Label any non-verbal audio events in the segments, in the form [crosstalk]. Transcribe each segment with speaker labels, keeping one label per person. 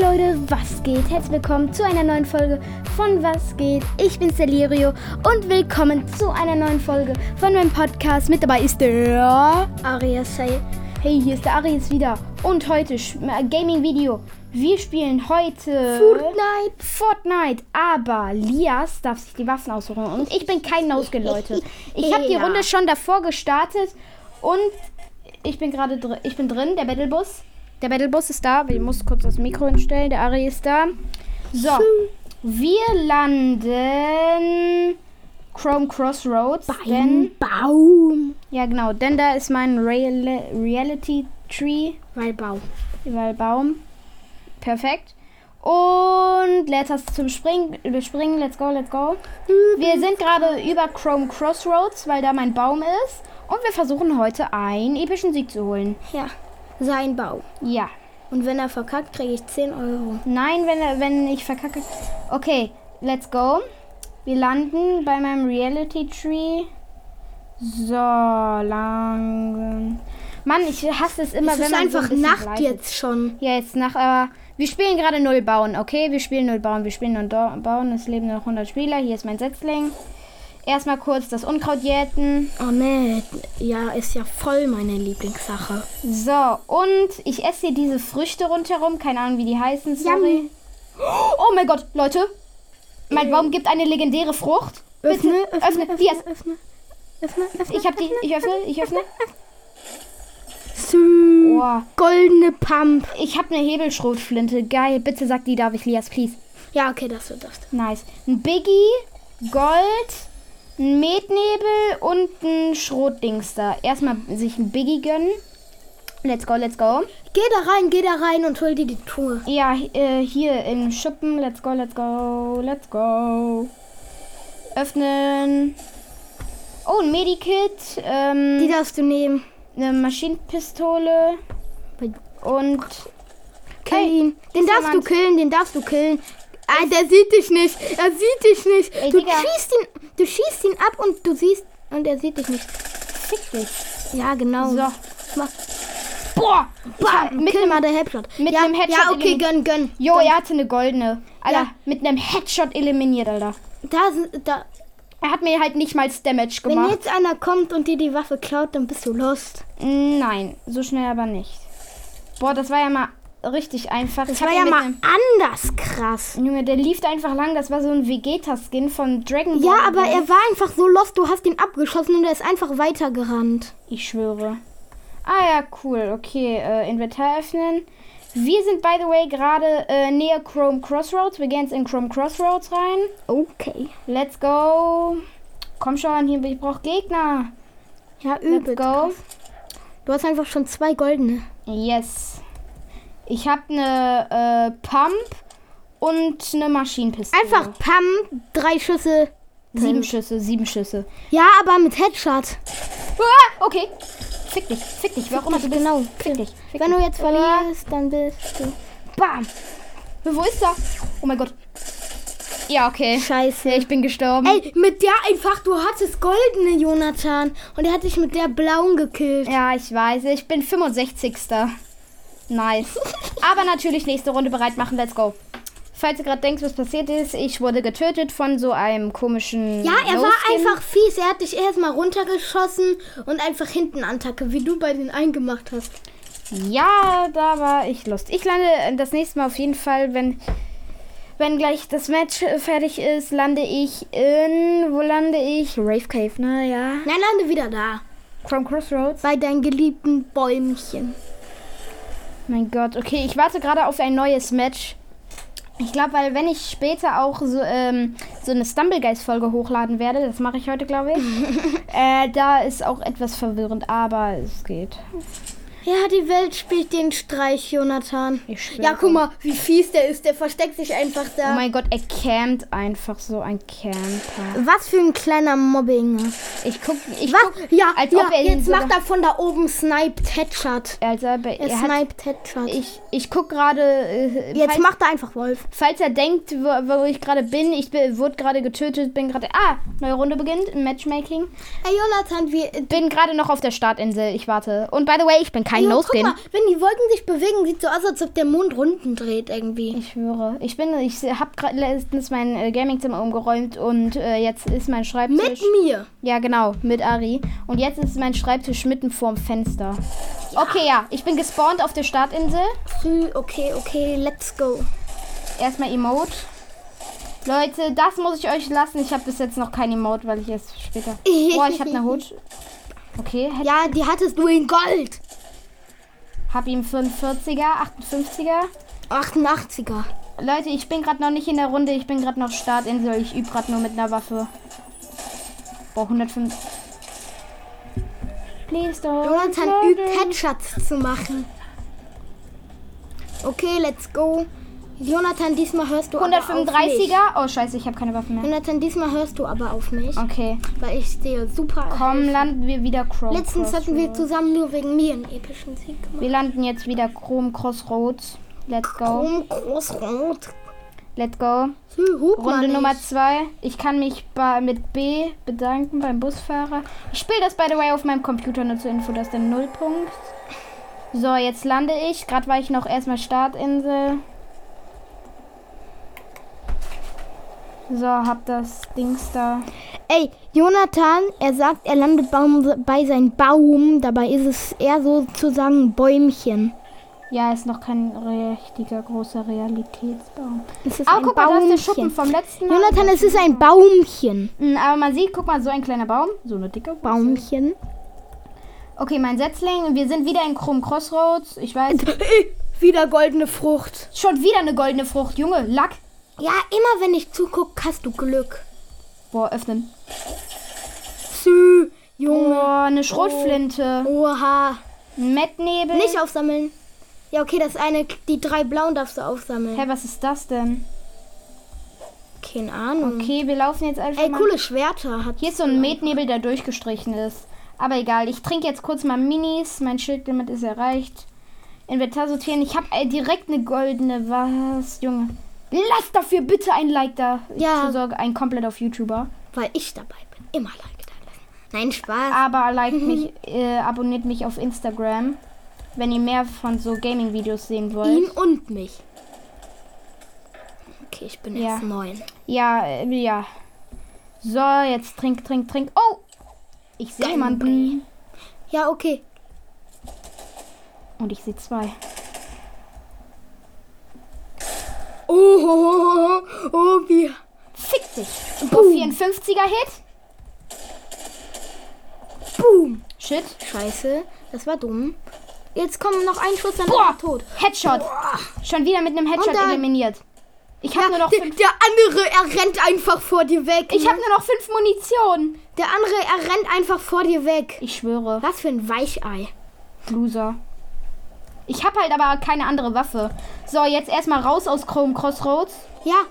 Speaker 1: Leute, was geht? Herzlich willkommen zu einer neuen Folge von Was geht? Ich bin Celirio und willkommen zu einer neuen Folge von meinem Podcast. Mit dabei ist der Arias. Hey, hey hier ist der Arias wieder. Und heute Sch- äh, Gaming-Video. Wir spielen heute
Speaker 2: Fortnite.
Speaker 1: Fortnite. Aber Lias darf sich die Waffen aussuchen und ich bin kein Noske, Leute. Ich habe die
Speaker 2: Ja.
Speaker 1: Runde schon davor gestartet und ich bin gerade drin. Ich bin drin, der Battlebus. Der Battlebus ist da. Wir muss kurz das Mikro hinstellen. Der Ari ist da. So. Wir landen Chrome Crossroads. Denn,
Speaker 2: Baum.
Speaker 1: ja, genau. Denn da ist mein Real Reality Tree.
Speaker 2: Weil Baum.
Speaker 1: Überall Baum. Perfekt. Und Leertaste zum Springen. Wir springen. Let's go, let's go. Wir sind gerade über Chrome Crossroads, weil da mein Baum ist. Und wir versuchen heute einen epischen Sieg zu holen.
Speaker 2: Ja, sein Baum.
Speaker 1: Ja.
Speaker 2: Und wenn er verkackt, kriege ich 10 Euro.
Speaker 1: Nein, wenn, er- wenn ich verkacke. Okay, let's go. Wir landen bei meinem Reality Tree. So lang. Mann, ich hasse es immer,
Speaker 2: es
Speaker 1: wenn
Speaker 2: ist
Speaker 1: man
Speaker 2: einfach
Speaker 1: so ein bisschen
Speaker 2: Nacht
Speaker 1: gleitet.
Speaker 2: jetzt schon.
Speaker 1: Ja, jetzt nach, aber wir spielen gerade Null bauen, okay? Wir spielen Null bauen, wir spielen Null Dau- bauen, es leben noch 100 Spieler, hier ist mein Setzling. Erstmal kurz das Unkraut jäten.
Speaker 2: Oh nee, ja, ist ja voll meine Lieblingssache.
Speaker 1: So, und ich esse hier diese Früchte rundherum, keine Ahnung, wie die heißen, sorry.
Speaker 2: Yummy.
Speaker 1: Oh mein Gott, Leute, mein Baum gibt eine legendäre Frucht.
Speaker 2: Öffne, öffne,
Speaker 1: öffne,
Speaker 2: öffne,
Speaker 1: Dias.
Speaker 2: öffne, öffne, öffne.
Speaker 1: Ich hab die, ich öffne, ich öffne.
Speaker 2: Sü-
Speaker 1: Boah,
Speaker 2: Goldene Pump.
Speaker 1: ich hab eine Hebelschrotflinte, geil, bitte sag die, darf ich, Lias, please.
Speaker 2: Ja, okay, das wird das.
Speaker 1: Nice. Ein Biggie, Gold, ein Metnebel und ein Schrotdings da. Erstmal sich ein Biggie gönnen. Let's go, let's go.
Speaker 2: Geh da rein, geh da rein und hol dir die Truhe.
Speaker 1: Ja, äh, hier im Schuppen. Let's go, let's go, let's go. Öffnen. Oh, ein Medikit,
Speaker 2: Die
Speaker 1: ähm,
Speaker 2: darfst du nehmen.
Speaker 1: eine Maschinenpistole und
Speaker 2: Kill
Speaker 1: Ey,
Speaker 2: ihn. Den
Speaker 1: ist
Speaker 2: darfst du
Speaker 1: jemand. Äh,
Speaker 2: killen, den darfst du killen. Ah, der sieht dich nicht. Er sieht dich nicht.
Speaker 1: Ey,
Speaker 2: du,
Speaker 1: Digga.
Speaker 2: schießt ihn, du schießt ihn ab und du siehst. Und er sieht dich nicht.
Speaker 1: fick dich.
Speaker 2: Ja, genau.
Speaker 1: So.
Speaker 2: Mach-
Speaker 1: Boah, bah,
Speaker 2: Bam,
Speaker 1: mit
Speaker 2: kill
Speaker 1: einem
Speaker 2: mal der Headshot.
Speaker 1: mit
Speaker 2: ja,
Speaker 1: einem Headshot
Speaker 2: Ja, okay,
Speaker 1: eliminiert.
Speaker 2: gönn, gönn.
Speaker 1: Jo, er hatte eine goldene. Alter,
Speaker 2: Ja.
Speaker 1: mit einem Headshot eliminiert, Alter.
Speaker 2: Da, sind- da,
Speaker 1: Er hat mir halt nicht mal Damage
Speaker 2: wenn
Speaker 1: gemacht.
Speaker 2: jetzt einer kommt und dir die Waffe klaut, dann bist du lost.
Speaker 1: Nein, so schnell aber nicht. Boah, das war ja mal richtig einfach. Ich
Speaker 2: Das
Speaker 1: hab
Speaker 2: war
Speaker 1: ihn
Speaker 2: ja
Speaker 1: mit
Speaker 2: mal
Speaker 1: einem-
Speaker 2: anders krass.
Speaker 1: Junge, der lief da einfach lang. Das war so ein Vegeta-Skin von Dragon Ball.
Speaker 2: Ja, aber er war einfach so lost. Du hast ihn abgeschossen und er ist einfach weitergerannt.
Speaker 1: Ich schwöre. Ah ja, cool. Okay, äh, Inventar öffnen. Wir sind, by the way, gerade äh, näher Chrome Crossroads. Wir gehen jetzt in Chrome Crossroads rein.
Speaker 2: Okay.
Speaker 1: Let's go. Komm schon, hier, ich brauch Gegner.
Speaker 2: Ja,
Speaker 1: Let's
Speaker 2: übel.
Speaker 1: go.
Speaker 2: Du hast einfach schon zwei goldene.
Speaker 1: Yes. Ich habe eine äh, Pump und eine Maschinenpistole.
Speaker 2: Einfach Pam, drei Schüsse.
Speaker 1: Sieben Schüsse, sieben Schüsse.
Speaker 2: Ja, aber mit Headshot.
Speaker 1: Ah, okay. Fick dich, fick dich, wer auch immer du bist.
Speaker 2: Genau.
Speaker 1: Fick dich. Fick
Speaker 2: Wenn
Speaker 1: dich.
Speaker 2: du jetzt verlierst, dann bist du.
Speaker 1: Bam. Wo ist er? Oh mein Gott. Ja, okay.
Speaker 2: Scheiße.
Speaker 1: Ich bin gestorben.
Speaker 2: Ey, mit der einfach, du hattest goldene Jonathan. Und er hat dich mit der blauen gekillt.
Speaker 1: Ja, ich weiß. Ich bin 65.
Speaker 2: [laughs]
Speaker 1: Nice. Aber natürlich nächste Runde bereit machen. Let's go. Falls ihr gerade denkt, was passiert ist, ich wurde getötet von so einem komischen.
Speaker 2: Ja, er war
Speaker 1: No-Skin.
Speaker 2: einfach fies. Er hat dich erstmal runtergeschossen und einfach hinten antacke, wie du bei den eingemacht hast.
Speaker 1: Ja, da war ich lust. Ich lande äh, das nächste Mal auf jeden Fall, wenn, wenn gleich das Match äh, fertig ist, lande ich in. Wo lande ich? Rave Cave, ne? Ja.
Speaker 2: Nein, lande wieder da.
Speaker 1: Chrome Crossroads.
Speaker 2: Bei deinen geliebten Bäumchen.
Speaker 1: Mein Gott, okay, ich warte gerade auf ein neues Match. Ich glaube, weil wenn ich später auch so, ähm, so eine Stumblegeist-Folge hochladen werde, das mache ich heute, glaube
Speaker 2: [laughs]
Speaker 1: ich, äh, da ist auch etwas verwirrend, aber es geht.
Speaker 2: Ja, die Welt spielt den Streich, Jonathan.
Speaker 1: Ich schwöre.
Speaker 2: Ja, guck mal, wie fies der ist. Der versteckt sich einfach
Speaker 1: Oh
Speaker 2: da.
Speaker 1: mein Gott, er campt einfach so ein Camper.
Speaker 2: was für ein kleiner Mobbing.
Speaker 1: Ich guck, ich
Speaker 2: Was?
Speaker 1: guck,
Speaker 2: ja,
Speaker 1: als
Speaker 2: ja,
Speaker 1: ob er ihn
Speaker 2: jetzt
Speaker 1: sogar-
Speaker 2: macht er von da oben sniped Headshot.
Speaker 1: also, aber
Speaker 2: Er,
Speaker 1: er hat,
Speaker 2: sniped Headshot.
Speaker 1: ich, ich guck gerade, äh,
Speaker 2: jetzt
Speaker 1: falls,
Speaker 2: macht er einfach Wolf.
Speaker 1: falls er denkt, wo, wo ich gerade bin, ich bin, wurde gerade getötet, bin gerade, ah, neue Runde beginnt, Matchmaking.
Speaker 2: Hey, Jonathan, wir, äh,
Speaker 1: bin gerade noch auf der Startinsel. Ich warte. Und by the way, ich bin kein
Speaker 3: kein
Speaker 2: Jo, guck
Speaker 3: Losgehen.
Speaker 2: mal, wenn die Wolken sich bewegen, sieht so aus, als ob der Mond runden dreht irgendwie.
Speaker 1: Ich schwöre. Ich bin, ich habe gerade letztens mein äh, Gamingzimmer umgeräumt und äh, jetzt ist mein
Speaker 2: Mit
Speaker 1: Schreibtisch.
Speaker 2: mir.
Speaker 1: ja, genau, mit Ari. Und jetzt ist mein Schreibtisch mitten vorm Fenster. Okay, ja, ich bin gespawnt auf der Startinsel.
Speaker 2: Früh, okay, okay, let's go.
Speaker 1: Erstmal Emote. Leute, das muss ich euch lassen. Ich habe bis jetzt noch kein Emote, weil ich erst
Speaker 2: [laughs]
Speaker 1: später. Boah, ich habe eine Hut. Okay, hätt-
Speaker 2: Ja, die hattest du in Gold.
Speaker 1: hab ihm 45er, 58er.
Speaker 2: 88er.
Speaker 1: Leute, ich bin gerade noch nicht in der Runde. Ich bin gerade noch Startinsel. Ich übe gerade nur mit einer Waffe. Boah, 105. Please don't.
Speaker 2: Jonathan
Speaker 1: murder
Speaker 2: übt
Speaker 1: me.
Speaker 2: Headshots zu machen. Okay, let's go. Jonathan, diesmal hörst du aber auf Hm. mich.
Speaker 1: 135er. Oh, scheiße, ich habe keine Waffen mehr.
Speaker 2: Jonathan, diesmal hörst du aber auf mich,
Speaker 1: Okay.
Speaker 2: weil ich stehe super.
Speaker 1: Komm, landen wir wieder Chrome.
Speaker 2: Letztens hatten wir
Speaker 1: Crossroads.
Speaker 2: zusammen nur wegen mir einen epischen Sieg gemacht.
Speaker 1: Wir landen jetzt wieder Chrome Crossroads. Let's go.
Speaker 2: Um Großrot.
Speaker 1: Let's go. Runde Nummer 2. Ich kann mich bei, mit B bedanken beim Busfahrer. Ich spiele das, by the way, auf meinem Computer nur zur Info, das ist der Nullpunkt. So, jetzt lande ich. Gerade war ich noch erstmal Startinsel. So, hab das Dings da.
Speaker 2: Ey, Jonathan, er sagt, er landet Baum, bei seinem Baum. Dabei ist es eher sozusagen ein Bäumchen.
Speaker 1: Ja, ist noch kein richtiger großer Realitätsbaum.
Speaker 2: Es ist
Speaker 1: Ah,
Speaker 2: ein
Speaker 1: guck mal, da
Speaker 2: Baumchen.
Speaker 1: ist der Schuppen vom letzten Mal.
Speaker 2: Jonathan, es ist ein Baumchen.
Speaker 1: Mm, Aber man sieht, guck mal, so ein kleiner Baum. So eine dicke Wurzel.
Speaker 2: Baumchen.
Speaker 1: Okay, mein Setzling. Wir sind wieder in Chrome Crossroads. Ich weiß.
Speaker 2: [laughs] Wieder goldene Frucht.
Speaker 1: Schon wieder eine goldene Frucht, Junge. Lack.
Speaker 2: Ja, immer wenn ich zuguck, hast du Glück.
Speaker 1: Boah, öffnen.
Speaker 2: Sü, Junge. Oh.
Speaker 1: Boah, eine Schrotflinte.
Speaker 2: Oha.
Speaker 1: Ein Mettnebel.
Speaker 2: Nicht aufsammeln. Ja, okay, das eine, die drei blauen darfst du aufsammeln.
Speaker 1: Hä, was ist das denn?
Speaker 2: Keine Ahnung.
Speaker 1: Okay, wir laufen jetzt einfach
Speaker 2: Ey,
Speaker 1: mal.
Speaker 2: coole Schwerter hat.
Speaker 1: Hier ist so ein Metnebel, der durchgestrichen ist. Aber egal, ich trinke jetzt kurz mal Minis. Mein Schildlimit ist erreicht. Inventar sortieren. Ich habe direkt eine goldene. Was, Junge? Lasst dafür bitte ein Like da.
Speaker 2: Ja.
Speaker 1: Ich sorge ein komplett auf YouTuber.
Speaker 2: Weil ich dabei bin. Immer Like da lassen. Nein, Spaß.
Speaker 1: Aber liked
Speaker 2: [laughs]
Speaker 1: mich, äh, abonniert mich auf Instagram, wenn ihr mehr von so Gaming-Videos sehen wollt.
Speaker 2: Ihn und mich. Okay, ich bin
Speaker 1: Ja.
Speaker 2: erst neun.
Speaker 1: Ja, äh, ja. So, jetzt trink, trink, trink. Oh! Ich sehe
Speaker 2: Geil.
Speaker 1: jemanden.
Speaker 2: Ja, okay.
Speaker 1: Und ich sehe zwei.
Speaker 2: Oh, oh, oh, oh, oh wie.
Speaker 1: Fick dich! Boah, 54er Hit?
Speaker 2: Boom.
Speaker 1: Shit.
Speaker 2: Scheiße, das war dumm. Jetzt kommt noch ein Schuss, dann
Speaker 1: Boah!
Speaker 2: ist er tot.
Speaker 1: Headshot! Schon wieder mit einem Headshot
Speaker 2: Und dann-
Speaker 1: eliminiert. Ich habe nur noch fünf.
Speaker 2: andere, er rennt einfach vor dir weg.
Speaker 1: Ich habe nur noch fünf Munition.
Speaker 2: der andere, er rennt einfach vor dir weg.
Speaker 1: Ich schwöre,
Speaker 2: Was für ein Weichei.
Speaker 1: Loser. Ich habe halt aber keine andere Waffe. So, jetzt erstmal raus aus Chrome Crossroads.
Speaker 2: Ja.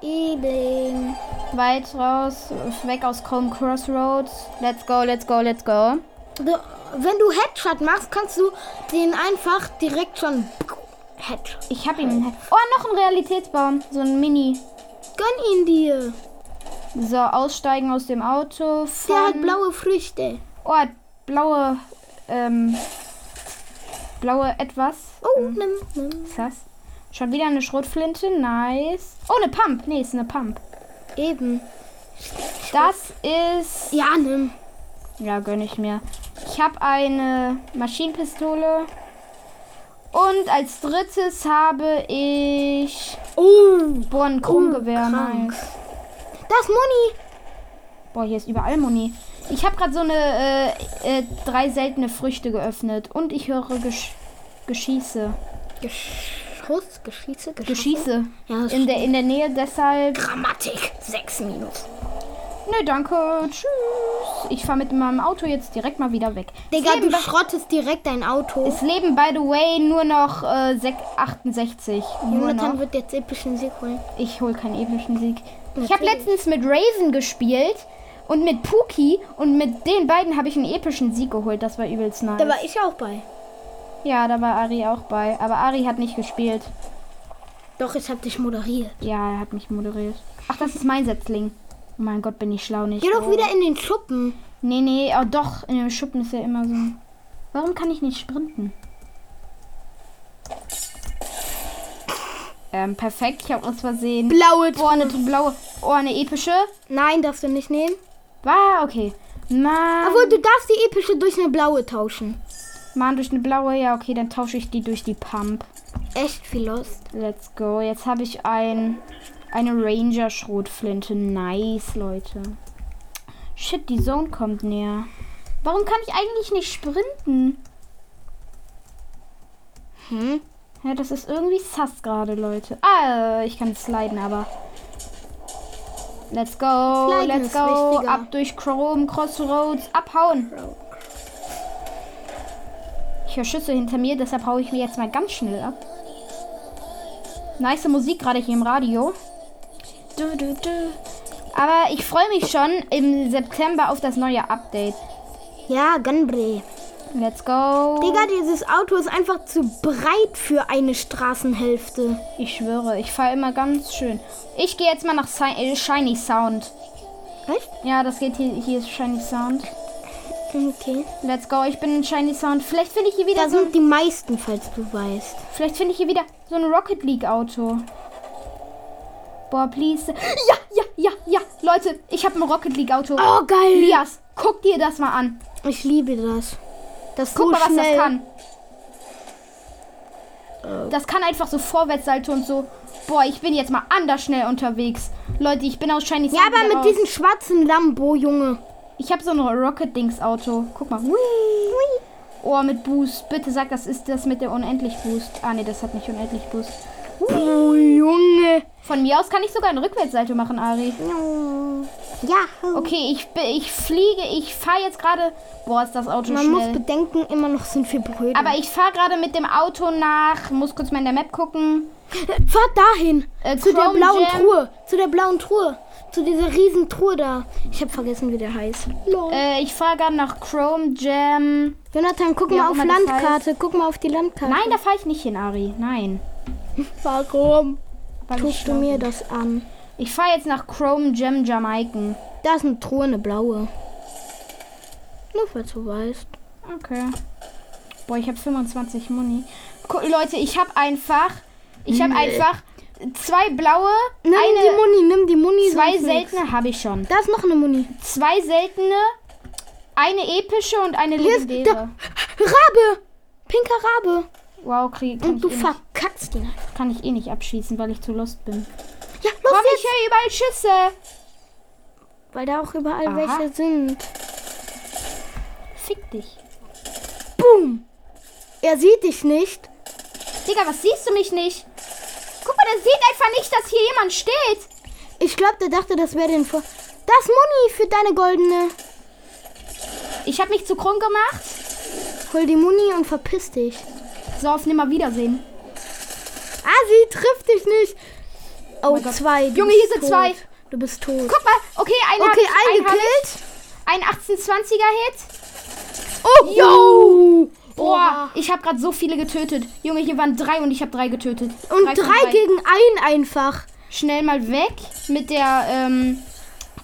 Speaker 2: Eben.
Speaker 1: Weit raus, weg aus Chrome Crossroads. Let's go, let's go, let's go.
Speaker 2: So, Wenn du Headshot machst, kannst du den einfach direkt schon Headshot.
Speaker 1: Ich hab ihn. Oh, noch ein Realitätsbaum. So ein Mini.
Speaker 2: Gönn ihn dir.
Speaker 1: So, aussteigen aus dem Auto.
Speaker 2: Der
Speaker 1: fahren.
Speaker 2: hat blaue Früchte.
Speaker 1: Oh, hat blaue. Ähm, blaue etwas.
Speaker 2: Oh, nimm, nimm.
Speaker 1: Sass. Schon wieder eine Schrotflinte. Nice. Oh, eine Pump. Nee, ist eine Pump.
Speaker 2: Eben.
Speaker 1: Das ist.
Speaker 2: Ja, nimm.
Speaker 1: Ja, gönn ich mir. Ich habe eine Maschinenpistole. Und als drittes habe ich.
Speaker 2: Oh,
Speaker 1: Boah, ein Krummgewehr.
Speaker 2: krank.
Speaker 1: nice.
Speaker 2: das Moni.
Speaker 1: Boah, hier ist überall Moni. Ich habe gerade so eine äh, äh, drei seltene Früchte geöffnet und ich höre Gesch Geschieße.
Speaker 2: Geschuss, Geschieße, Geschosse.
Speaker 1: Geschieße.
Speaker 2: Ja, das
Speaker 1: In der, in der Nähe deshalb.
Speaker 2: Grammatik. Sechs Minus.
Speaker 1: Ne, danke. Tschüss. Ich fahre mit meinem Auto jetzt direkt mal wieder weg.
Speaker 2: Digga,
Speaker 1: es, leben
Speaker 2: du
Speaker 1: bei,
Speaker 2: schrottest direkt dein Auto.
Speaker 1: es leben, by the way, nur noch äh, sek- 68. Nur
Speaker 2: Jonathan
Speaker 1: noch.
Speaker 2: wird jetzt epischen Sieg holen.
Speaker 1: Ich hole keinen epischen Sieg. Ich habe
Speaker 2: Natürlich.
Speaker 1: letztens mit Raven gespielt und mit Puki und mit den beiden habe ich einen epischen Sieg geholt. Das war übelst nice.
Speaker 2: Da war ich auch bei.
Speaker 1: Ja, da war Ari auch bei. Aber Ari hat nicht gespielt.
Speaker 2: Doch, ich hab dich moderiert.
Speaker 1: Ja, er hat mich moderiert. Ach, das ist mein Setzling. Oh mein Gott, bin ich schlau nicht.
Speaker 2: Geh doch wieder in den Schuppen.
Speaker 1: Nee, nee, oh doch, in dem Schuppen ist ja immer so. ein- Warum kann ich nicht sprinten? Ähm, perfekt. Ich habe aus Versehen.
Speaker 2: Blaue
Speaker 1: Oh, eine blaue. Oh, eine epische.
Speaker 2: Nein, darfst du nicht nehmen.
Speaker 1: War okay. Mann.
Speaker 2: Obwohl, du darfst die epische durch eine blaue tauschen.
Speaker 1: Mann, durch eine blaue. Ja, okay, dann tausche ich die durch die Pump.
Speaker 2: Echt viel Lust.
Speaker 1: Let's go. Jetzt habe ich ein, eine Ranger-Schrotflinte. Nice, Leute. Shit, die Zone kommt näher. Warum kann ich eigentlich nicht sprinten?
Speaker 2: Hm?
Speaker 1: Ja, das ist irgendwie sass gerade, Leute. Ah, ich kann sliden, aber. Let's go,
Speaker 2: Sliden
Speaker 1: let's
Speaker 2: ist
Speaker 1: go.
Speaker 2: wichtiger.
Speaker 1: Ab durch Chrome, Crossroads, abhauen. Ich höre Schüsse hinter mir, deshalb haue ich mir jetzt mal ganz schnell ab. Nice Musik gerade hier im Radio. Du, du, du. Aber ich freue mich schon im September auf das neue Update.
Speaker 2: Ja, Gunbray.
Speaker 1: Let's go.
Speaker 2: Digga, dieses Auto ist einfach zu breit für eine Straßenhälfte.
Speaker 1: Ich schwöre, ich fahre immer ganz schön. Ich gehe jetzt mal nach Si- äh, Shiny Sound.
Speaker 2: Echt?
Speaker 1: Ja, das geht hier. Hier ist Shiny Sound.
Speaker 2: Okay.
Speaker 1: Let's go. Ich bin in Shiny Sound. Vielleicht finde ich hier wieder
Speaker 2: Da
Speaker 1: so.
Speaker 2: sind die meisten, falls du weißt.
Speaker 1: Vielleicht finde ich hier wieder so ein Rocket League Auto. Boah, please. Ja, ja, ja, ja. Leute, ich habe ein Rocket League Auto.
Speaker 2: Oh, geil.
Speaker 1: Elias, guck dir das mal an.
Speaker 2: Ich liebe das. Das ist
Speaker 1: Guck
Speaker 2: so
Speaker 1: mal, was
Speaker 2: schnell. Äh.
Speaker 1: das kann. Das kann einfach so Vorwärtssalto und so. Boah, ich bin jetzt mal anders schnell unterwegs. Leute, ich bin aus Shiny Sound.
Speaker 2: Ja, aber
Speaker 1: wieder
Speaker 2: mit
Speaker 1: raus.
Speaker 2: diesem schwarzen Lambo, Junge.
Speaker 1: Ich habe so ein Rocket-Dings-Auto. Guck mal. Hui. Oh, mit Boost. Bitte sag, das ist das mit der Unendlich-Boost. Ah, nee, das hat nicht Unendlich-Boost.
Speaker 2: Oh, Junge.
Speaker 1: Von mir aus kann ich sogar ein Rückwärtssalto machen, Ari.
Speaker 2: Ja.
Speaker 1: Okay, ich, be- ich fliege. Ich fahre jetzt gerade... Boah, ist das Auto
Speaker 2: Man muss
Speaker 1: schnell.
Speaker 2: bedenken, immer noch sind wir Brüder.
Speaker 1: Aber ich fahre gerade mit dem Auto nach... Muss kurz mal in der Map gucken.
Speaker 2: fahrt dahin.
Speaker 1: Äh,
Speaker 2: zu der
Speaker 1: Chrome
Speaker 2: blauen
Speaker 1: Jam.
Speaker 2: Truhe. Zu der blauen Truhe. Zu dieser riesen Truhe da. Ich habe vergessen, wie der heißt. Lol.
Speaker 1: Äh, ich fahre gerade nach Chrome Jam.
Speaker 2: Jonathan, guck
Speaker 1: wie
Speaker 2: mal
Speaker 1: auch
Speaker 2: auf
Speaker 1: immer das
Speaker 2: Landkarte. Guck mal auf die Landkarte.
Speaker 1: Nein, da fahre ich nicht hin, Ari. Nein.
Speaker 2: Warum?
Speaker 1: Weil ich
Speaker 2: Tust du
Speaker 1: schlau
Speaker 2: mir
Speaker 1: bin.
Speaker 2: das an?
Speaker 1: Ich fahre jetzt nach Chrome Jam Jamaiken.
Speaker 2: Da ist eine Truhe, eine blaue. Nur falls du weißt.
Speaker 1: Okay. Boah, ich habe 25 Muni. Gu- Leute, ich habe einfach, ich habe einfach zwei blaue,
Speaker 2: Nimm die
Speaker 1: eine,
Speaker 2: Muni, nimm die Muni.
Speaker 1: zwei
Speaker 2: sonst nix.
Speaker 1: seltene habe ich schon.
Speaker 2: Da ist noch eine Muni.
Speaker 1: Zwei seltene, eine epische und eine
Speaker 2: Hier ist da,
Speaker 1: legendäre.
Speaker 2: Rabe! Pinker Rabe.
Speaker 1: Wow, krieg, kann,
Speaker 2: Und du
Speaker 1: ich eh nicht,
Speaker 2: verkackst ihn. einfach.
Speaker 1: kann ich eh nicht abschießen, weil ich zu lost bin.
Speaker 2: Ja, los
Speaker 1: Komm, ich
Speaker 2: jetzt!
Speaker 1: höre überall Schüsse.
Speaker 2: Weil da auch überall
Speaker 1: Aha.
Speaker 2: welche sind.
Speaker 1: Fick dich.
Speaker 2: Boom! Er sieht dich nicht.
Speaker 1: Digga, was siehst du mich nicht? Guck mal, der sieht einfach nicht, dass hier jemand steht.
Speaker 2: Ich glaube, der dachte, das wäre den Vor. Das Muni für deine goldene.
Speaker 1: Ich habe mich zu krumm gemacht.
Speaker 2: Hol die Muni und verpiss dich.
Speaker 1: So, auf Nimmerwiedersehen.
Speaker 2: Ah, sie trifft dich nicht. Oh,
Speaker 1: mein Gott.
Speaker 2: zwei. Du
Speaker 1: Junge,
Speaker 2: bist
Speaker 1: hier sind
Speaker 2: tot.
Speaker 1: zwei.
Speaker 2: Du bist tot.
Speaker 1: Guck mal, okay, einen
Speaker 2: Okay,
Speaker 1: hab ich,
Speaker 2: einen
Speaker 1: hab ich.
Speaker 2: gekillt.
Speaker 1: Ein 1820er-Hit.
Speaker 2: Oh, yo!
Speaker 1: Boah, ich habe gerade so viele getötet. Junge, hier waren drei und ich habe drei getötet. von
Speaker 2: Und drei gegen ein einfach.
Speaker 1: Schnell mal weg mit der, ähm,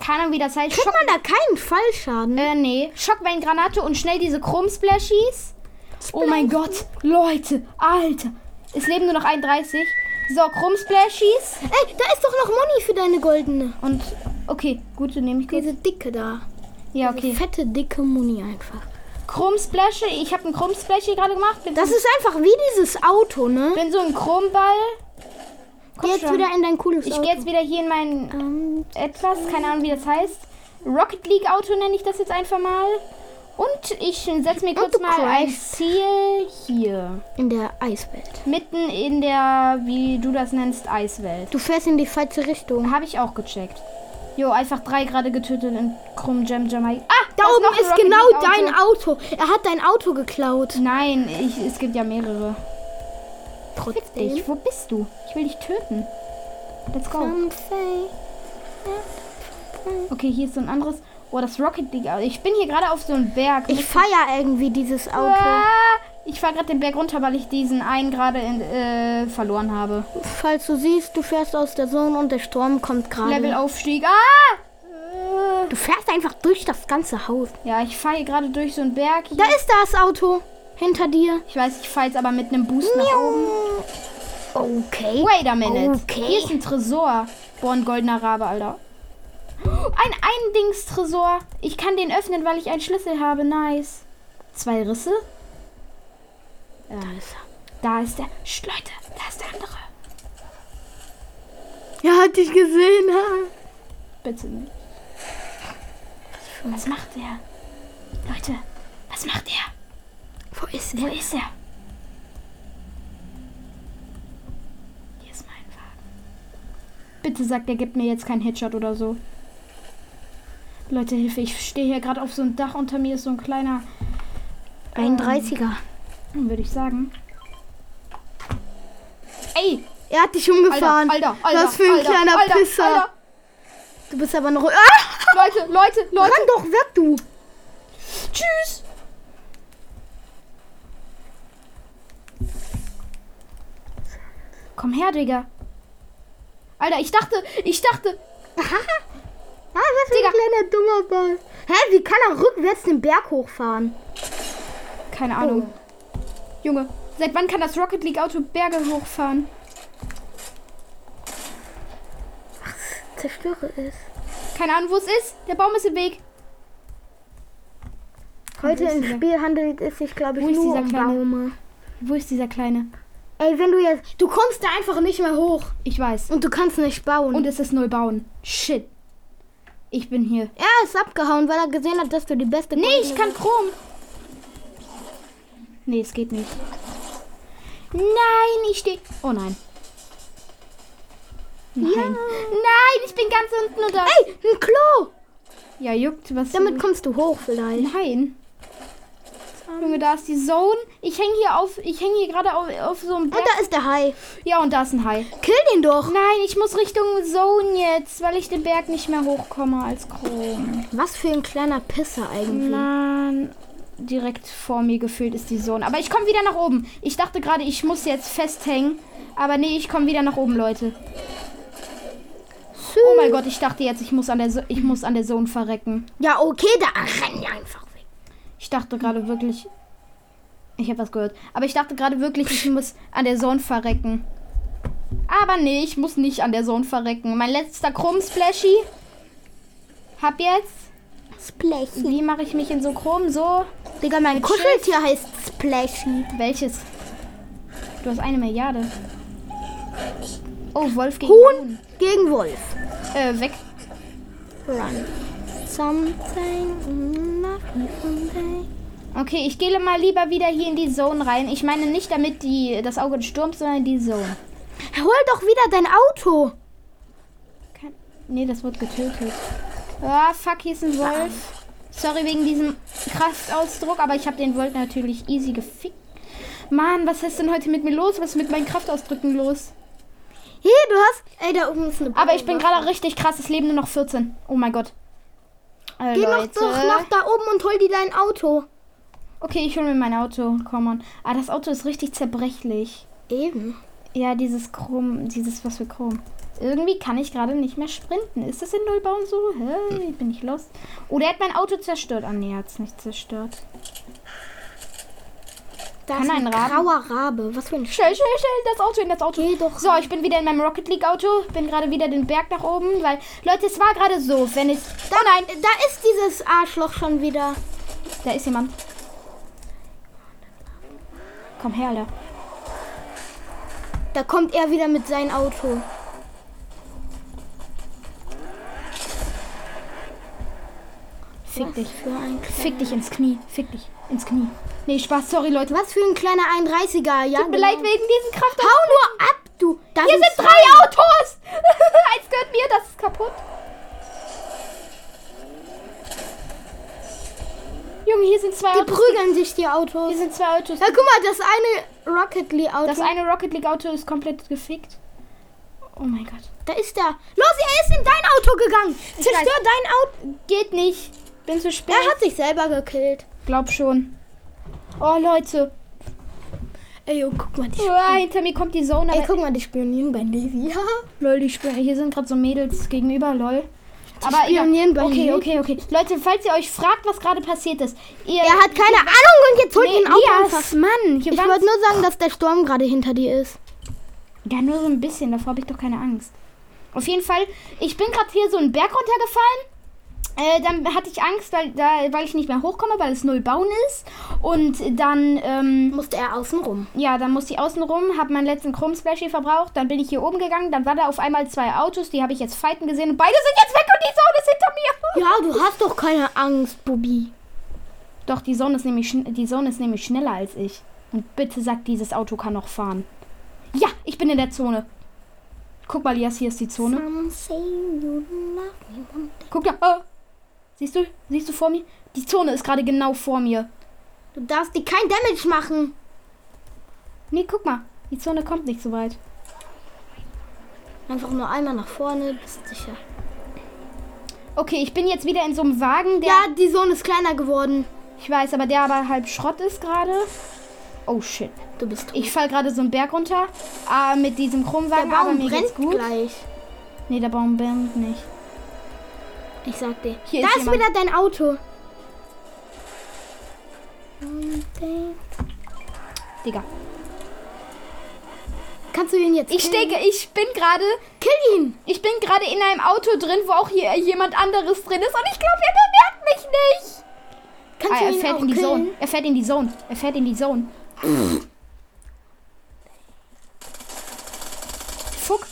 Speaker 1: keine Ahnung, wie das heißt.
Speaker 2: Kriegt
Speaker 1: Schock,
Speaker 2: man da keinen Fallschaden?
Speaker 1: äh, nee. Schockwellengranate und schnell diese Chrom-Splashies. Oh mein Gott, Leute, Alter. Es leben nur noch 31. So, Chrom-Splashies.
Speaker 2: Ey, da ist doch noch Muni für deine goldene.
Speaker 1: Und, okay, gut, dann nehme ich kurz.
Speaker 2: Diese dicke da.
Speaker 1: Ja, okay. Mhm.
Speaker 2: Fette, dicke Muni einfach.
Speaker 1: Chrom-Splashy, ich habe einen Chrom-Splashy gerade gemacht. Bin,
Speaker 2: Das ist einfach wie dieses Auto, ne?
Speaker 1: bin so ein Chromball.
Speaker 2: Geh jetzt
Speaker 1: schon.
Speaker 2: wieder in dein cooles
Speaker 1: Ich
Speaker 2: Auto.
Speaker 1: gehe jetzt wieder hier in meinen
Speaker 2: Ähm,
Speaker 1: etwas, keine Ahnung wie das heißt. Rocket League Auto nenne ich das jetzt einfach mal. Und ich setze mir kurz
Speaker 2: du
Speaker 1: mal ein
Speaker 2: crashst.
Speaker 1: Ziel hier.
Speaker 2: in der Eiswelt.
Speaker 1: Mitten in der, wie du das nennst, Eiswelt.
Speaker 2: Du fährst in die falsche Richtung.
Speaker 1: Habe ich auch gecheckt. Jo, einfach drei gerade getötet in Krumm Jam Jamaica. Ah,
Speaker 2: Da
Speaker 1: ist
Speaker 2: oben
Speaker 1: noch ein
Speaker 2: ist
Speaker 1: Rocket
Speaker 2: genau
Speaker 1: League Auto.
Speaker 2: dein Auto. Er hat dein Auto geklaut.
Speaker 1: Nein, ich, es gibt ja mehrere. Fick
Speaker 2: Trotzdem.
Speaker 1: dich, wo bist du? Ich will dich töten. Let's go. Okay, hier ist so ein anderes. Oh, das Rocket League Auto. Ich bin hier gerade auf so einem Berg.
Speaker 2: Ich feier irgendwie dieses Auto.
Speaker 1: Ah, Ich fahre gerade den Berg runter, weil ich diesen einen gerade in- äh, verloren habe.
Speaker 2: Falls du siehst, du fährst aus der Sonne und der Sturm kommt gerade.
Speaker 1: Levelaufstieg. Ah! Äh.
Speaker 2: Du fährst einfach durch das ganze Haus.
Speaker 1: Ja, ich fahre hier gerade durch so einen Berg.
Speaker 2: Da ist das Auto. hinter dir.
Speaker 1: Ich weiß, ich fahre jetzt aber mit einem Boost nach oben.
Speaker 2: Okay.
Speaker 1: Wait a minute.
Speaker 2: Okay.
Speaker 1: Hier ist ein Tresor. Boah, ein goldener Rabe, Alter. Ein Eindings-Tresor. Ich kann den öffnen, weil ich einen Schlüssel habe. Nice. Zwei Risse.
Speaker 2: Da ist er.
Speaker 1: Da ist der. Sch, Leute, da ist der andere.
Speaker 2: Er hat dich gesehen. ha.
Speaker 1: Bitte nicht. Was macht der? Leute, was macht der?
Speaker 2: Wo ist
Speaker 1: Wo
Speaker 2: er?
Speaker 1: ist er? Hier ist mein Wagen. Bitte sagt, er gibt mir jetzt keinen Headshot oder so. Leute, Hilfe, ich stehe hier gerade auf so einem Dach. Unter mir ist so ein kleiner,
Speaker 2: Ein 30er.
Speaker 1: würde ich sagen. Ey,
Speaker 2: Er hat dich
Speaker 1: Alter,
Speaker 2: umgefahren.
Speaker 1: Alter, Alter.
Speaker 2: Was für ein
Speaker 1: Alter,
Speaker 2: kleiner
Speaker 1: Alter,
Speaker 2: Pisser.
Speaker 1: Alter.
Speaker 2: Du bist aber noch. Ah!
Speaker 1: Leute, Leute, Leute.
Speaker 2: Renn doch weg, du.
Speaker 1: Tschüss. Komm her, Digga. Alter, ich dachte, ich dachte.
Speaker 2: Ah, was für
Speaker 1: Digga.
Speaker 2: ein kleiner dummer Ball. Hä, wie kann er rückwärts den Berg hochfahren?
Speaker 1: Keine Ahnung. Junge, seit wann kann das Rocket League Auto Berge hochfahren?
Speaker 2: Zerstöre es.
Speaker 1: Keine Ahnung, wo es ist. Der Baum ist im Weg.
Speaker 2: Heute
Speaker 1: Wo ist
Speaker 2: im
Speaker 1: dieser-
Speaker 2: Spiel handelt es sich, glaube ich,
Speaker 1: Wo ist
Speaker 2: nur
Speaker 1: dieser
Speaker 2: um
Speaker 1: kleine-
Speaker 2: Baume.
Speaker 1: Wo ist dieser Kleine?
Speaker 2: Ey, wenn du jetzt. Du kommst da einfach nicht mehr hoch.
Speaker 1: Ich weiß.
Speaker 2: Und du kannst nicht bauen.
Speaker 1: Und es ist null bauen. Shit. Ich bin hier.
Speaker 2: er ist abgehauen, weil er gesehen hat, dass du die beste
Speaker 1: Nee, ich
Speaker 2: goldene-
Speaker 1: kann Chrom. Nee, es geht nicht. Nein, ich stehe. Oh nein. Nein. Nein, ich bin ganz unten oder.
Speaker 2: Ey, ein Klo!
Speaker 1: Ja, juckt, was.
Speaker 2: Damit kommst du hoch vielleicht.
Speaker 1: Nein. Junge, da ist die Zone. Ich hänge hier auf. Ich hänge hier gerade auf, auf so einem
Speaker 2: Und
Speaker 1: Berg.
Speaker 2: da ist der Hai.
Speaker 1: Ja, und da ist ein Hai.
Speaker 2: Kill den doch.
Speaker 1: Nein, ich muss Richtung Zone jetzt, weil ich den Berg nicht mehr hochkomme als Chrom.
Speaker 2: Was für ein kleiner Pisser eigentlich.
Speaker 1: Mann, direkt vor mir gefühlt ist die Zone. Aber ich komme wieder nach oben. Ich dachte gerade, ich muss jetzt festhängen. Aber nee, ich komme wieder nach oben, Leute.
Speaker 2: Mhm.
Speaker 1: Oh mein Gott, ich dachte jetzt, ich muss an der, Zo- ich muss an der Zone verrecken.
Speaker 2: Ja, okay, da renn die einfach weg.
Speaker 1: Ich dachte gerade wirklich. Ich habe was gehört. Aber ich dachte gerade wirklich, ich muss an der Zone verrecken. Aber nee, ich muss nicht an der Zone verrecken. Mein letzter Chrom-Splashy. Hab jetzt.
Speaker 2: Splashy.
Speaker 1: Wie mache ich mich in so Chrom? So.
Speaker 2: Digga, mein
Speaker 1: Mit
Speaker 2: Kuscheltier heißt Splashy.
Speaker 1: Welches? Du hast eine Milliarde. Oh, Wolf gegen
Speaker 2: Huhn gegen Wolf.
Speaker 1: Huhn. Äh, weg.
Speaker 2: Run. Something, nothing, something.
Speaker 1: Okay, ich gehe mal lieber wieder hier in die Zone rein. Ich meine nicht damit die, das Auge des Sturms, sondern die Zone.
Speaker 2: Hol doch wieder dein Auto.
Speaker 1: Kein, nee, das wird getötet. Ah, fuck, hier ist ein Wolf. Sorry wegen diesem Kraftausdruck, aber ich habe den Wolf natürlich easy gefickt. Mann, was ist denn heute mit mir los? Was ist mit meinen Kraftausdrücken los?
Speaker 2: Hier, du hast. Ey, da oben ist eine
Speaker 1: Aber ich bin gerade richtig krass. Es leben nur noch 14. Oh mein Gott. Äh,
Speaker 2: Geh noch doch nach da oben und hol dir dein Auto.
Speaker 1: Okay, ich hole mir mein Auto. Komm on. Ah, das Auto ist richtig zerbrechlich.
Speaker 2: Eben.
Speaker 1: Ja, dieses Chrom, dieses was für Chrom. Irgendwie kann ich gerade nicht mehr sprinten. Ist das in Nullbaum so? Hä? Bin ich los? Oder hat mein Auto zerstört? Ah, nee, hat's nicht zerstört.
Speaker 2: Da
Speaker 1: Kann
Speaker 2: ist
Speaker 1: ein Raben-
Speaker 2: grauer Rabe. Was für ein Sch
Speaker 1: Schnell, schnell, schnell, das Auto in das Auto.
Speaker 2: Geh doch
Speaker 1: So, ich bin wieder in meinem Rocket League Auto. Bin gerade wieder den Berg nach oben, weil, Leute, es war gerade so, wenn ich.
Speaker 2: Da, nein, da ist dieses Arschloch schon wieder.
Speaker 1: Da ist jemand. Komm her, Alter.
Speaker 2: Da kommt er wieder mit seinem Auto.
Speaker 1: Fick dich.
Speaker 2: Für ein
Speaker 1: Fick dich ins Knie. Fick dich ins Knie. Nee, Spaß, sorry, Leute.
Speaker 2: Was für ein kleiner 31er, ja? genau.
Speaker 1: Tut mir leid wegen diesem Kraft.
Speaker 2: Hau nur ab, du. Da
Speaker 1: Hier sind drei Autos! [laughs] Eins gehört mir, das ist kaputt. Junge, hier sind zwei
Speaker 2: Die
Speaker 1: Autos.
Speaker 2: prügeln sich die
Speaker 1: Hier
Speaker 2: Autos.
Speaker 1: sind zwei Autos.
Speaker 2: Ja, guck mal, das eine Rocket League Auto.
Speaker 1: Das eine Rocket League Auto ist komplett gefickt. Oh mein Gott.
Speaker 2: da ist er. Los, er ist in dein Auto gegangen. Zerstör
Speaker 1: weiß.
Speaker 2: dein Auto.
Speaker 1: Geht nicht. Bin zu spät.
Speaker 2: Er hat sich selber gekillt.
Speaker 1: Glaub schon. Oh, Leute.
Speaker 2: Ey, yo, guck mal, die,
Speaker 1: Uah, hinter mir kommt die Zone.
Speaker 2: Ey,
Speaker 1: Aber
Speaker 2: [laughs] guck mal, die spionieren bei Levi.
Speaker 1: lol, die spüren. Hier sind gerade so Mädels gegenüber, lol. Aber
Speaker 2: spionieren
Speaker 1: egal.
Speaker 2: bei
Speaker 1: okay,
Speaker 2: Lilly.
Speaker 1: okay, okay. Leute, falls ihr euch fragt, was gerade passiert ist, ihr
Speaker 2: Er hat keine Ahnung und jetzt holt
Speaker 1: nee,
Speaker 2: ihn auch
Speaker 1: Elias,
Speaker 2: einfach.
Speaker 1: Mann, hier
Speaker 2: Ich
Speaker 1: war
Speaker 2: wollte nur sagen, dass der Sturm gerade hinter dir ist.
Speaker 1: Ja, nur so ein bisschen, davor habe ich doch keine Angst. Auf jeden Fall, ich bin gerade hier so einen Berg runtergefallen. Äh, dann hatte ich Angst, weil, da, weil ich nicht mehr hochkomme, weil es null bauen ist. Und dann, ähm,
Speaker 2: Musste er außen rum.
Speaker 1: ja, dann musste ich außen rum, habe meinen letzten Chrome Splashy verbraucht. Dann bin ich hier oben gegangen, dann waren da auf einmal zwei Autos, die habe ich jetzt fighten gesehen. Und beide sind jetzt weg und die Sonne ist hinter mir.
Speaker 2: [laughs] Ja, du hast doch keine Angst, Bubi.
Speaker 1: Doch, die Sonne ist nämlich, schn- die Sonne ist nämlich schneller als ich. Und bitte sag, dieses Auto kann noch fahren. Ja, ich bin in der Zone. Guck mal, Lias, hier ist die
Speaker 2: ne?
Speaker 1: Zone. Guck da. ah. Siehst du? Siehst du vor mir? Die Zone ist gerade genau vor mir.
Speaker 2: Du darfst dir kein Damage machen.
Speaker 1: Nee, guck mal. Die Zone kommt nicht so weit.
Speaker 2: Einfach nur einmal nach vorne, bist sicher.
Speaker 1: Okay, ich bin jetzt wieder in so einem Wagen, der.
Speaker 2: Ja, die Sohn ist kleiner geworden.
Speaker 1: Ich weiß, aber der aber halb Schrott ist gerade. Oh shit.
Speaker 2: Du bist tot.
Speaker 1: Ich fall gerade so einen Berg runter. Ah, mit diesem
Speaker 2: der
Speaker 1: Chromwagen, aber
Speaker 2: Baum
Speaker 1: mir geht's
Speaker 2: brennt
Speaker 1: gut.
Speaker 2: gleich.
Speaker 1: Nee, der Baum brennt nicht.
Speaker 2: Ich sag dir.
Speaker 1: Hier
Speaker 2: da
Speaker 1: ist
Speaker 2: ist,
Speaker 1: jemand.
Speaker 2: wieder dein Auto.
Speaker 1: Digga.
Speaker 2: Kannst du ihn jetzt
Speaker 1: Ich
Speaker 2: killen?
Speaker 1: stecke, ich bin gerade.
Speaker 2: Kill ihn.
Speaker 1: Ich bin gerade in einem Auto drin, wo auch hier jemand anderes drin ist. Und ich glaube, er bemerkt mich nicht.
Speaker 2: Kannst
Speaker 1: Ah,
Speaker 2: du
Speaker 1: er
Speaker 2: ihn
Speaker 1: fährt
Speaker 2: auch
Speaker 1: in die
Speaker 2: killen?
Speaker 1: Zone. Er fährt in die Zone. Er fährt in die Zone. Fuck.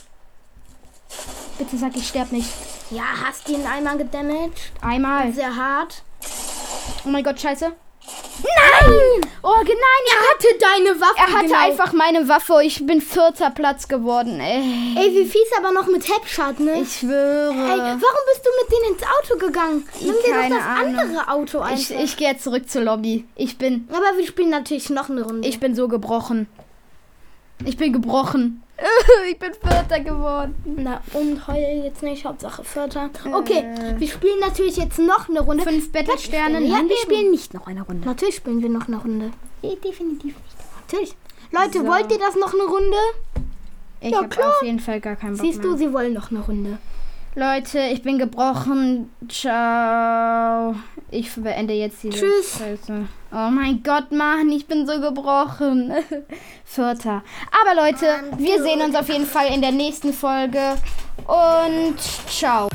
Speaker 1: Bitte sag, ich sterb nicht.
Speaker 2: Ja, hast ihn einmal gedamaged.
Speaker 1: Einmal.
Speaker 2: Sehr hart.
Speaker 1: Oh mein Gott, scheiße.
Speaker 2: Nein!
Speaker 1: Oh, nein.
Speaker 2: Er hatte deine Waffe.
Speaker 1: Er hatte
Speaker 2: genau.
Speaker 1: einfach meine Waffe. Ich bin vierter Platz geworden. Ey,
Speaker 2: Ey, wie fies aber noch mit Headshot, ne?
Speaker 1: ich
Speaker 2: Ey,
Speaker 1: schwöre.
Speaker 2: warum bist du mit denen ins Auto gegangen? Nimm dir
Speaker 1: keine
Speaker 2: doch das
Speaker 1: Ahnung.
Speaker 2: andere Auto einfach.
Speaker 1: Ich, ich gehe jetzt zurück zur Lobby. Ich bin,
Speaker 2: aber wir spielen natürlich noch eine Runde.
Speaker 1: ich bin so gebrochen. Ich bin gebrochen. Ich bin vierter geworden.
Speaker 2: Na und heul jetzt nicht, Hauptsache Vierter. Okay, wir spielen natürlich jetzt noch eine Runde.
Speaker 1: Fünf Battlesterne.
Speaker 2: Ja,
Speaker 1: Nein, wir
Speaker 2: wir
Speaker 1: spielen nicht noch eine Runde.
Speaker 2: Natürlich spielen wir noch eine Runde.
Speaker 1: Definitiv.
Speaker 2: Natürlich. Leute,
Speaker 1: So.
Speaker 2: wollt ihr das noch eine Runde?
Speaker 1: Ich
Speaker 2: Ja,
Speaker 1: hab
Speaker 2: klar.
Speaker 1: auf jeden Fall gar keinen Bock
Speaker 2: Siehst du,
Speaker 1: mehr.
Speaker 2: sie wollen noch eine Runde.
Speaker 1: Leute, ich bin gebrochen. Ciao. Ich beende jetzt diese
Speaker 2: Tschüss.
Speaker 1: Scheiße. Oh mein Gott, Mann, ich bin so gebrochen. [laughs] Vierter. Aber Leute, wir sehen uns auf jeden Fall in der nächsten Folge. Und ciao.